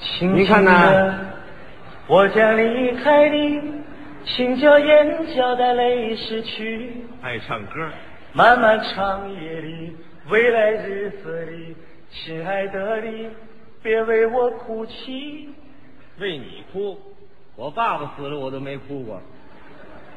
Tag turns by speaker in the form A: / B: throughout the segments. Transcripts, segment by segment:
A: 轻
B: 你看呐，
A: 我将离开你，请将眼角的泪拭去。
B: 爱唱歌，
A: 漫漫长夜里，未来日子里，亲爱的你，别为我哭泣。
B: 为你哭。我爸爸死了，我都没哭过。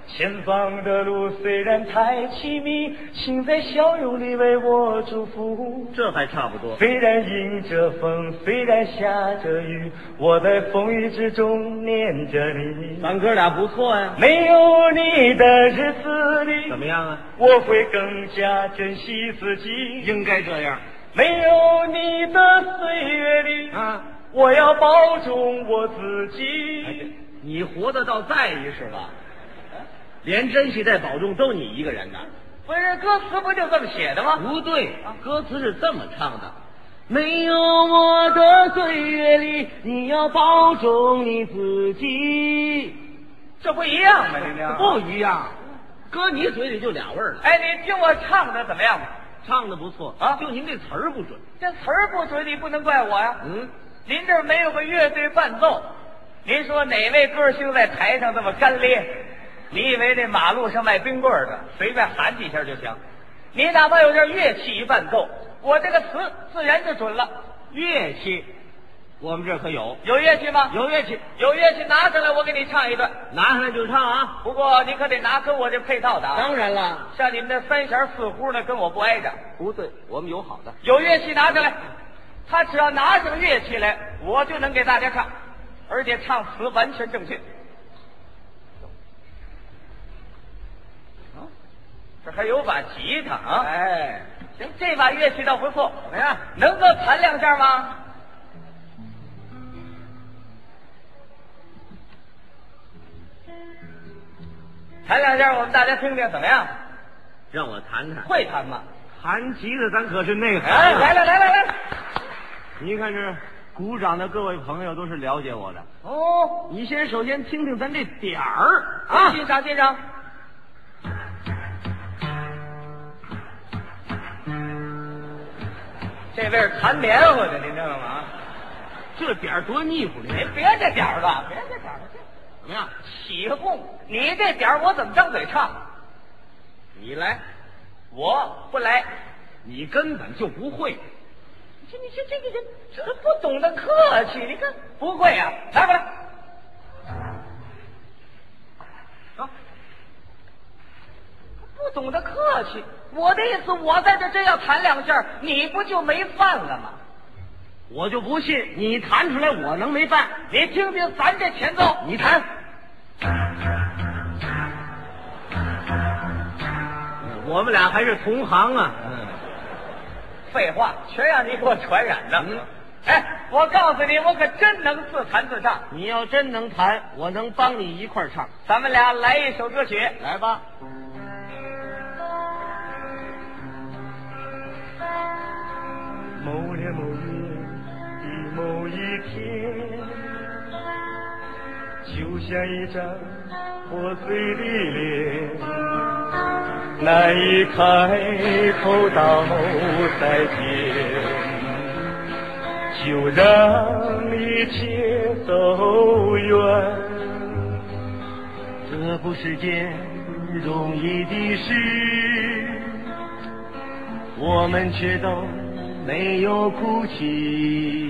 A: 前方的路虽然太凄迷，请在笑容里为我祝福。
B: 这还差不多。
A: 虽然迎着风，虽然下着雨，我在风雨之中念着你。
B: 咱哥俩不错呀、
A: 没有你的日子里，
B: 怎么样啊？
A: 我会更加珍惜自己。
B: 应该这样
A: 没有你的岁月里，
B: 啊。哎
A: 我要保重我自己。
B: 你活得倒在意是吧？连珍惜带保重都你一个人的，
C: 不是歌词不就这么写的吗？
B: 不对，歌词是这么唱的。
C: 没有我的岁月里，你要保重你自己，这不一样
B: 哎
C: 吗？这俩
B: 不一样，搁你嘴里就俩味儿了。
C: 哎，你听我唱的怎么样吧？
B: 唱的不错
C: 啊
B: 就您这词儿不准。
C: 这词儿不准，你不能怪我呀、
B: 嗯，
C: 您这儿没有个乐队伴奏，您说哪位歌星在台上这么干咧？你以为这马路上卖冰棍儿的随便喊几下就行？你哪怕有点乐器一伴奏，我这个词自然就准了。
B: 乐器，我们这儿可有，
C: 有乐器吗？
B: 有乐器，
C: 有乐器拿出来，我给你唱一段。
B: 拿上来就唱啊。
C: 不过你可得拿跟我这配套的啊，
B: 然了，
C: 像你们这三弦四胡的跟我不挨着。
B: 不对，我们有好的。
C: 有乐器拿出来，他只要拿上乐器来，我就能给大家唱，而且唱词完全正确。哦这还有把吉他啊！
B: 哎，
C: 行，这把乐器倒不错，怎么
B: 样？
C: 能够弹两下吗？弹两下，我们大家听听，怎么样？
B: 让我弹弹。
C: 会弹吗？
B: 弹吉他，咱可是内行啊。
C: 哎，来了，来了，来了！
B: 您看这鼓掌的各位朋友都是了解我的。
C: 哦，
B: 你先首先听听咱这点儿
C: 啊，
B: 啊，
C: 欣赏欣赏。这位是弹棉花的，您知道吗？
B: 这点儿多腻乎您
C: 您别这点儿了，别这点儿了，
B: 怎么样？
C: 起哄！你这点儿我怎么张嘴唱？
B: 你来，
C: 我不来，
B: 你根本就不会。
C: 这你这这个人这不懂得客气，你看不会啊，拿过来。啊，不懂得客气，我的意思，我在这真要弹两下，你不就没饭了吗？
B: 我就不信你弹出来，我能没办？
C: 你听听咱这前奏，
B: 你弹，我们俩还是同行啊。嗯，
C: 废话，全让你给我传染了。
B: 嗯
C: 哎，我告诉你，我可真能自弹自唱。
B: 你要真能弹，我能帮你一块儿唱。
C: 咱们俩来一首歌曲，
B: 来吧，
A: 某年某月的某一天，就像一张破碎的脸，难以开口道再见，就让一切走远。这不是件容易的事。我们却都没有哭泣，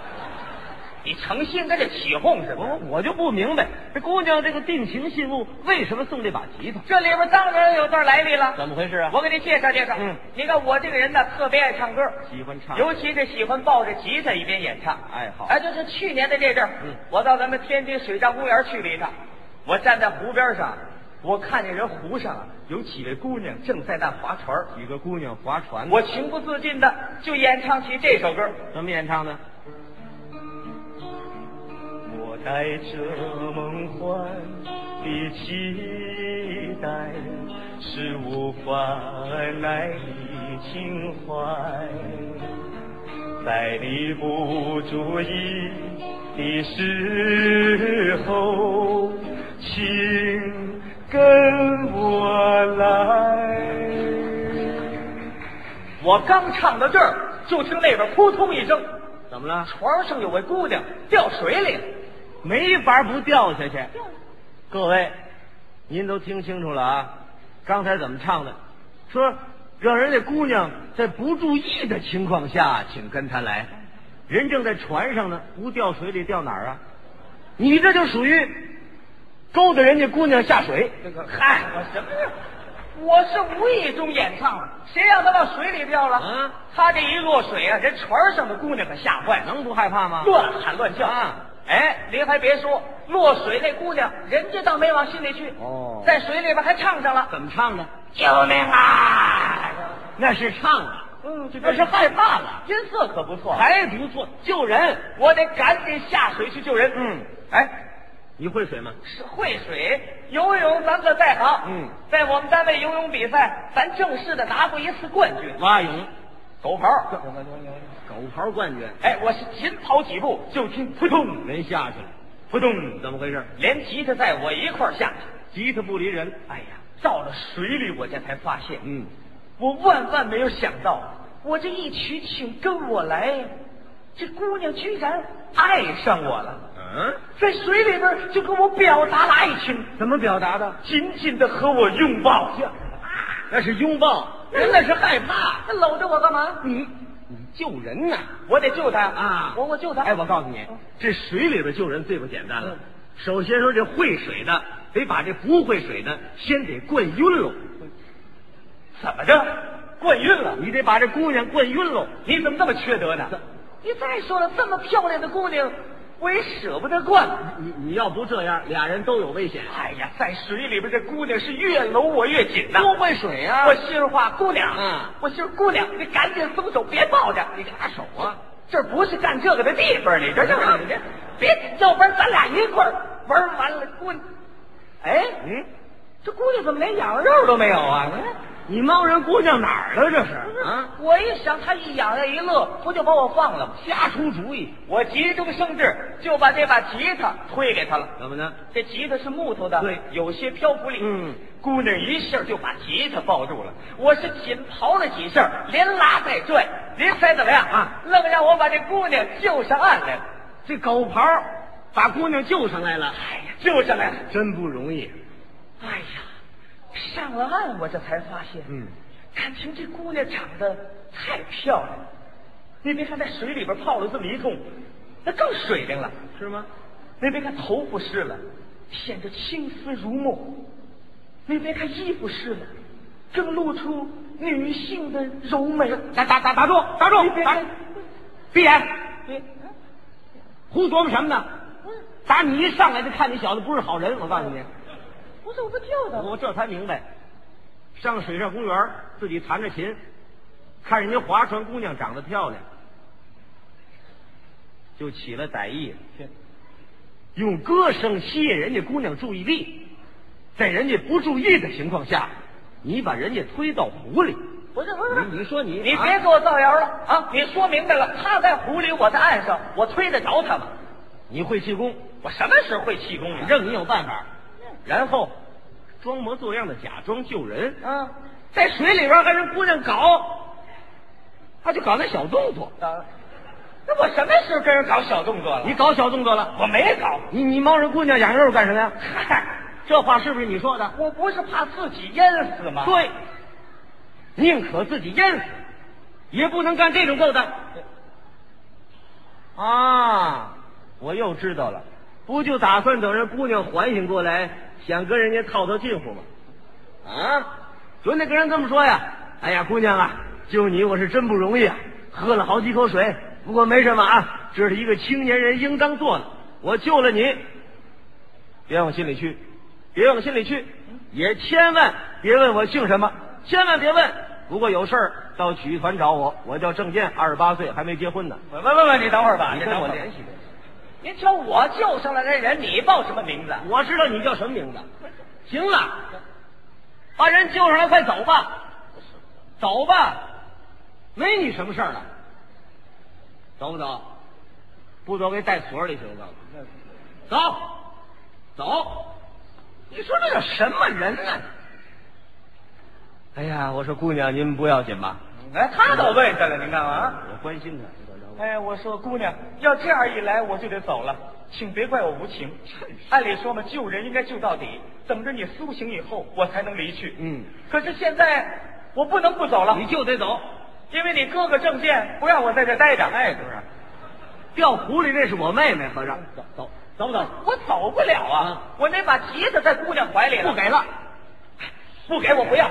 C: 你诚心跟这起哄是
A: 我
C: 吗？
A: 我就不明白，这姑娘这个定情信物为什么送这把吉他？
C: 这里边当然有段来历了。
A: 怎么回事啊？
C: 我给你介绍介绍。
A: 嗯
C: 你看我这个人呢，特别爱唱歌，
A: 喜欢唱
C: 尤其是喜欢抱着吉他一边演唱。
A: 爱好
C: 哎，就是去年的这阵儿，
A: 嗯
C: 我到咱们天津水上公园去了一趟。我站在湖边上，我看见人湖上啊有几位姑娘正在那划船儿，
A: 几个姑娘划船，
C: 我情不自禁的就演唱起这首歌。
A: 怎么演唱的？
D: 我带着梦幻的期待，是无法来的情怀，在你不注意的时候，请跟我来。
C: 我刚唱到这儿，就听那边扑通一声，
A: 怎么了？
C: 船上有位姑娘掉水里了。
A: 没法不掉下去。各位，您都听清楚了啊！刚才怎么唱的？说让人家姑娘在不注意的情况下，请跟她来。人正在船上呢，不掉水里掉哪儿啊？你这就属于勾搭人家姑娘下水。
C: 嗨，我什么呀？我是无意中演唱的，谁让他往水里掉了？
A: 嗯，
C: 他这一落水啊，人船上的姑娘可吓坏了，
A: 能不害怕吗？
C: 乱喊乱叫。
A: 啊
C: 哎，您还别说，落水那姑娘，人家倒没往心里去。
A: 哦
C: 在水里边还唱上了
A: 怎么唱的？
C: “救命啊
A: 那是唱啊，”，
C: 嗯，这
A: 那是害怕了。
C: 音色可不错。
A: 还不错，救人。
C: 我得赶紧下水去救人。
A: 嗯，
C: 哎，
A: 你会水吗？
C: 是会水，游泳咱可在行。
A: 嗯，
C: 在我们单位游泳比赛，咱正式的拿过一次冠军，
A: 蛙泳，
C: 狗刨。
A: 狗刨冠军。
C: 哎，我是紧跑几步，就听扑通，
A: 人下去了，扑通，怎么回事？
C: 连吉他带我一块儿下去。
A: 吉他不离人。
C: 哎呀，到了水里，我这才发现，
A: 嗯，
C: 我万万没有想到，我这一曲请跟我来，这姑娘居然爱上我了，
A: 嗯，
C: 在水里边就跟我表达了爱情，
A: 怎么表达的？
C: 紧紧的和我拥抱。
A: 那是拥抱，
C: 人那是害怕，那搂着我干嘛？
A: 你你救人呐
C: 我得救他
A: 啊！
C: 我我救他。
A: 哎，我告诉你
C: 嗯，
A: 这水里边救人最不简单了。首先说这会水的，得把这不会水的先得灌晕喽，
C: 怎么着？灌晕了？
A: 你得把这姑娘灌晕喽。
C: 你怎么这么缺德呢？你再说了，这么漂亮的姑娘，我也舍不得灌。
A: 你你要不这样，俩人都有危险。
C: 哎呀，在水里边这姑娘是越搂我越紧呐。
A: 多会水啊！
C: 我心儿话，姑娘，
A: 嗯
C: 我心儿姑娘，你赶紧松手，别抱着，你拿手啊！这不是干这个的地方，你这这这这，别，要不然咱俩一块儿玩完了，姑娘，哎，
A: 嗯，
C: 这姑娘怎么连羊肉都没有啊？
A: 你mang人姑娘哪儿了？这是啊，
C: 我一想，他一痒痒一乐，不就把我放了吗？
A: 瞎出主意，
C: 我急中生智，就把这把吉他推给他了。
A: 怎么呢？
C: 这吉他是木头的，
A: 对
C: 有些漂浮力。
A: 嗯，
C: 姑娘一下就把吉他抱住了，我是紧刨了几下，连拉带拽。您猜怎么样
A: 啊？
C: 愣让我把这姑娘救上岸来了，
A: 这狗刨把姑娘救上来了，
C: 哎救上来了。
A: 真不容易。
C: 哎呀，上了岸，我这才发现，
A: 嗯，
C: 感情这姑娘长得太漂亮了。你别看在水里边泡了这么一通，那更水灵了。
A: 是吗？
C: 你别看头发湿了，显得青丝如梦；你别看衣服湿了，更露出女性的柔美。哎
A: 打打打打住！打住
C: 你！别
A: 打
C: 看！
A: 闭眼！
C: 别
A: 胡琢磨什么呢？打你一上来就看你小子不是好人，我告诉你，
E: 不是，我不救他吗？
A: 我这才明白，上水上公园自己弹着琴，看人家划船姑娘长得漂亮，就起了歹意，用歌声吸引人家姑娘注意力，在人家不注意的情况下，你把人家推到湖里。
E: 不是，不是，不是
A: 你你说你
C: 你
A: 啊
C: 别给我造谣了啊！你说明白了，他在湖里，我在岸上，我推得着他吗？
A: 你会气功，
C: 我什么时候会气功啊？
A: 让你有办法，然后装模作样的假装救人，
C: 啊，
A: 在水里边跟人姑娘搞，他就搞那小动作，
C: 啊那我什么时候跟人搞小动作了？
A: 你搞小动作了，
C: 我没搞，
A: 你你蒙人姑娘养肉干什么呀？
C: 嗨，
A: 这话是不是你说的？
C: 我不是怕自己淹死吗？，
A: 对，宁可自己淹死，也不能干这种勾当。啊，我又知道了，不就打算等人姑娘缓醒过来，想跟人家套套近乎吗？啊，准得跟人这么说呀！哎呀，姑娘啊，救你我是真不容易啊，喝了好几口水，不过没什么啊，这是一个青年人应当做的，我救了你，别往心里去，别往心里去，也千万别问我姓什么，千万别问。不过有事儿到曲艺团找我，我叫郑健，二十八岁，还没结婚呢。
C: 问问问问，你等会儿吧，
A: 你
C: 你
A: 跟
C: 等
A: 我
C: 会儿吧
A: 联系联系。
C: 您瞧我救上来的人，你报什么名字？
A: 我知道你叫什么名字。行了，把人救上来，快走吧，走吧，没你什么事儿了。走不走？不走，给带锁里去，我告诉你。走，走。你说这叫什么人呢？哎呀，我说姑娘，您不要紧吧？
C: 哎，他都问下了，您干嘛？
A: 我关心她，你知道吗
C: 哎，我说姑娘，要这样一来我就得走了，请别怪我无 情。按理说嘛，救人应该救到底，等着你苏醒以后，我才能离去。
A: 嗯，
C: 可是现在我不能不走了，
A: 你就得走，
C: 因为你哥哥郑健不让我在这待着。哎，
A: 不是？掉湖里那是我妹妹，合着走走走不走？
C: 我走不了啊，我那把吉他在姑娘怀里了，
A: 不给了，
C: 不给我不要，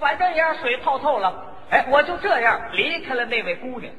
C: 反正也让水泡透了。哎，我就这样离开了那位姑娘。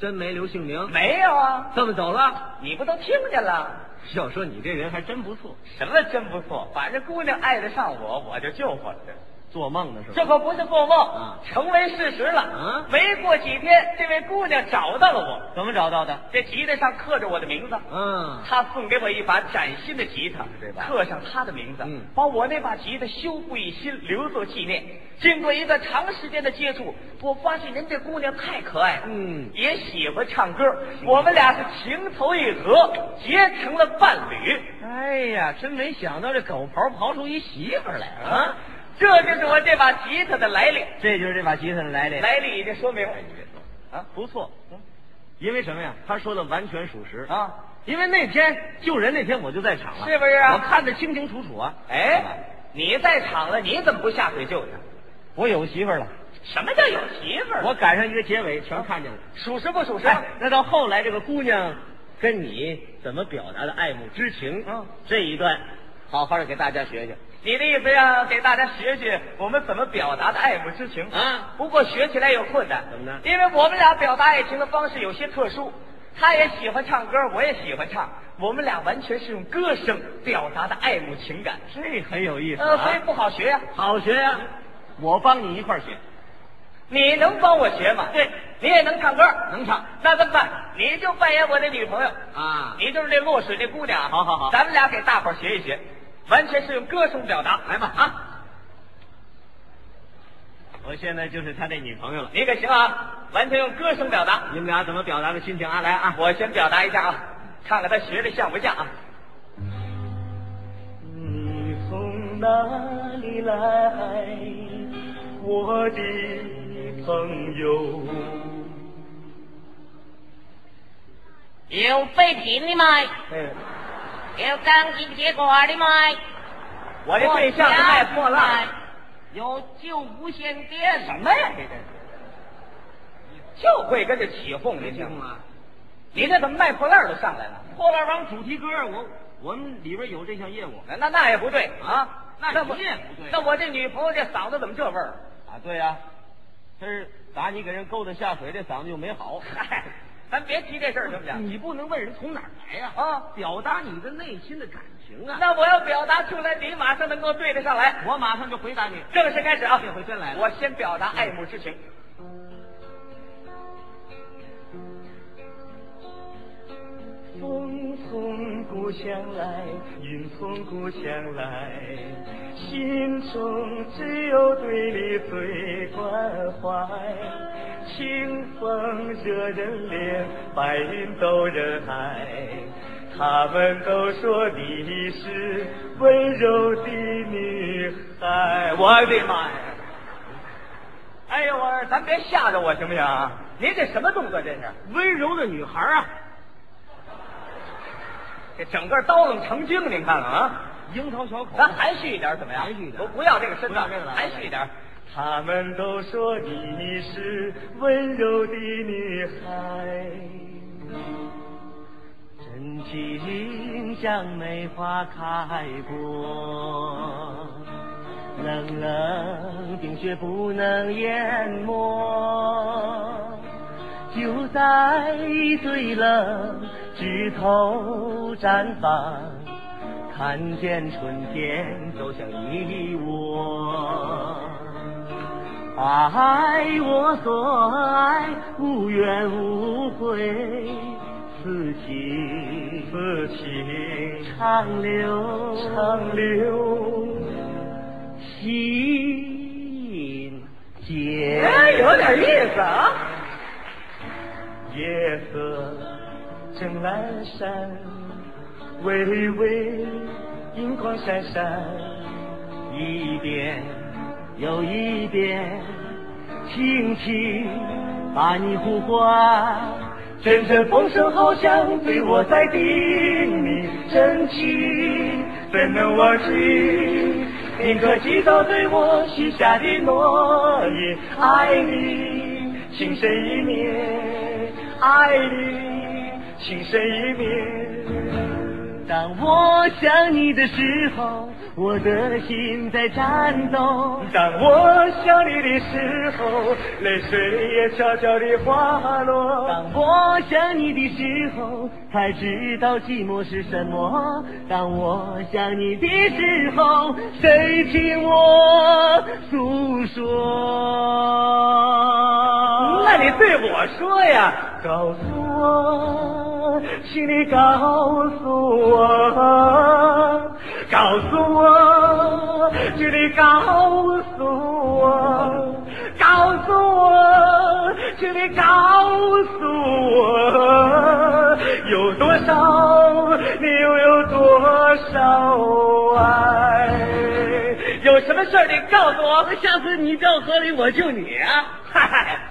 A: 真没留姓名。
C: 没有 啊，
A: 这么走了？
C: 你不都听见了？
A: 要说你这人还真不错，
C: 什么真不错，反正姑娘爱得上我，我就救活了她。
A: 做梦呢是吧？
C: 这可不是做梦，
A: 啊
C: 成为事实了。
A: 啊
C: 没过几天，这位姑娘找到了我，
A: 怎么找到的？
C: 这吉他上刻着我的名字。
A: 嗯，
C: 她送给我一把崭新的吉他
A: 这把，
C: 刻上她的名字，
A: 嗯
C: 把我那把吉他修复一新，留作纪念。经过一段长时间的接触，我发现人这姑娘太可爱了，
A: 嗯
C: 也喜欢唱歌，我们俩是情投意合，结成了伴侣。
A: 哎呀，真没想到这狗刨刨出一媳妇儿来
C: 啊！，这就是我这把吉他的来历，
A: 这就是这把吉他的来历。
C: 来历已经说明了。
A: 啊，不错，因为什么呀？他说的完全属实
C: 啊。
A: 因为那天救人那天我就在场了，
C: 是不是啊
A: 我看得清清楚楚啊。
C: 哎，你在场了，你怎么不下水救他？
A: 我有媳妇儿了，
C: 什么叫有媳妇儿？
A: 我赶上一个结尾，全看见了。
C: 属实不属实？
A: 哎，那到后来这个姑娘跟你怎么表达的爱慕之情？
C: 嗯
A: 这一段好好的给大家学学。
C: 你的意思让给大家学学我们怎么表达的爱慕之情
A: 啊
C: 不过学起来有困难，
A: 怎么呢
C: 因为我们俩表达爱情的方式有些特殊，他也喜欢唱歌，我也喜欢唱，我们俩完全是用歌声表达的爱慕情感，
A: 这很有意思、
C: 呃，
A: 啊，
C: 所以不好学呀、
A: 好学啊呀、我帮你一块儿学，
C: 你能帮我学吗？对，你也能唱歌，
A: 能唱
C: 那这么办？你就扮演我的女朋友
A: 啊
C: 你就是这落水这姑娘啊。
A: 好好好
C: 咱们俩给大伙儿学一学，完全是用歌声表达。来吧啊！
B: 我现在就是他这女朋友了。
C: 你可行啊，完全用歌声表达。
B: 你们俩怎么表达的心情啊？来啊，
C: 我先表达一下啊，看看他学的像不像啊？
A: 你从哪里来，我的朋友？
F: 有废品的卖，
B: 哎，
F: 有钢筋铁管的卖，
C: 我这对象是卖破烂
F: 卖，有旧无线电
C: 什么呀？这这就会跟着起哄，你听吗？你这怎么卖破烂儿都上来了？
B: 哎破烂王主题歌，我我们里边有这项业务
C: 那那那也不对啊，
B: 那
C: 我
B: 你也不对
C: 那我这女朋友这嗓子怎么这味儿？
B: 啊。对呀、这是打你给人勾搭下水，这嗓子就没好。
C: 嗨，咱别提这事儿行不行？
B: 你不能问人从哪儿来呀、
C: 啊
B: 表达你的内心的感情啊。
C: 那我要表达出来，你马上能够对得上来。
B: 我马上就回答你。
C: 正式开始啊！
B: 这回真来了
C: 我先表达爱慕之情。
A: 风从故乡来，云从故乡来，心中只有对你最关怀。清风惹人怜，白云逗人爱，他们都说你是温柔的女孩。我的妈呀！
C: 哎呦，我说咱别吓着我行不行啊？您这什么动作这是？
B: 温柔的女孩啊，
C: 这整个刀楞成精，您看看啊！
B: 樱桃小口，
A: 啊
C: 咱含蓄一点怎么样？
B: 含哦蓄一点
C: 我不要这个身
B: 不
C: 段
B: 要这个，了
C: 含蓄一点。
A: 他们都说你是温柔的女孩，真情像梅花开过，冷冷冰雪不能淹没。就在最冷枝头绽放，看见春天走向你我。爱我所爱，无怨无悔，此情此情长留长留心间。
C: 哎，有点意思啊！
A: 夜色正阑珊，微微银光闪闪，一遍又一遍，轻轻把你呼唤。阵阵风声好像对我在叮咛，真情怎能忘记？宁可记得对我许下的诺言，爱你情深意绵，爱你情深意绵。当我想你的时候，我的心在颤抖；当我想你的时候，泪水也悄悄地滑落；当我想你的时候，才知道寂寞是什么；当我想你的时候，谁听我诉说？
C: 那你对我说呀，
A: 告诉我，请你告诉我，告诉我，请你告诉我，告诉我，请你告诉我，有多少，你又有多少爱？
C: 有什么事儿你告诉我。
B: 下次你掉河里，我救你啊！
C: 嗨，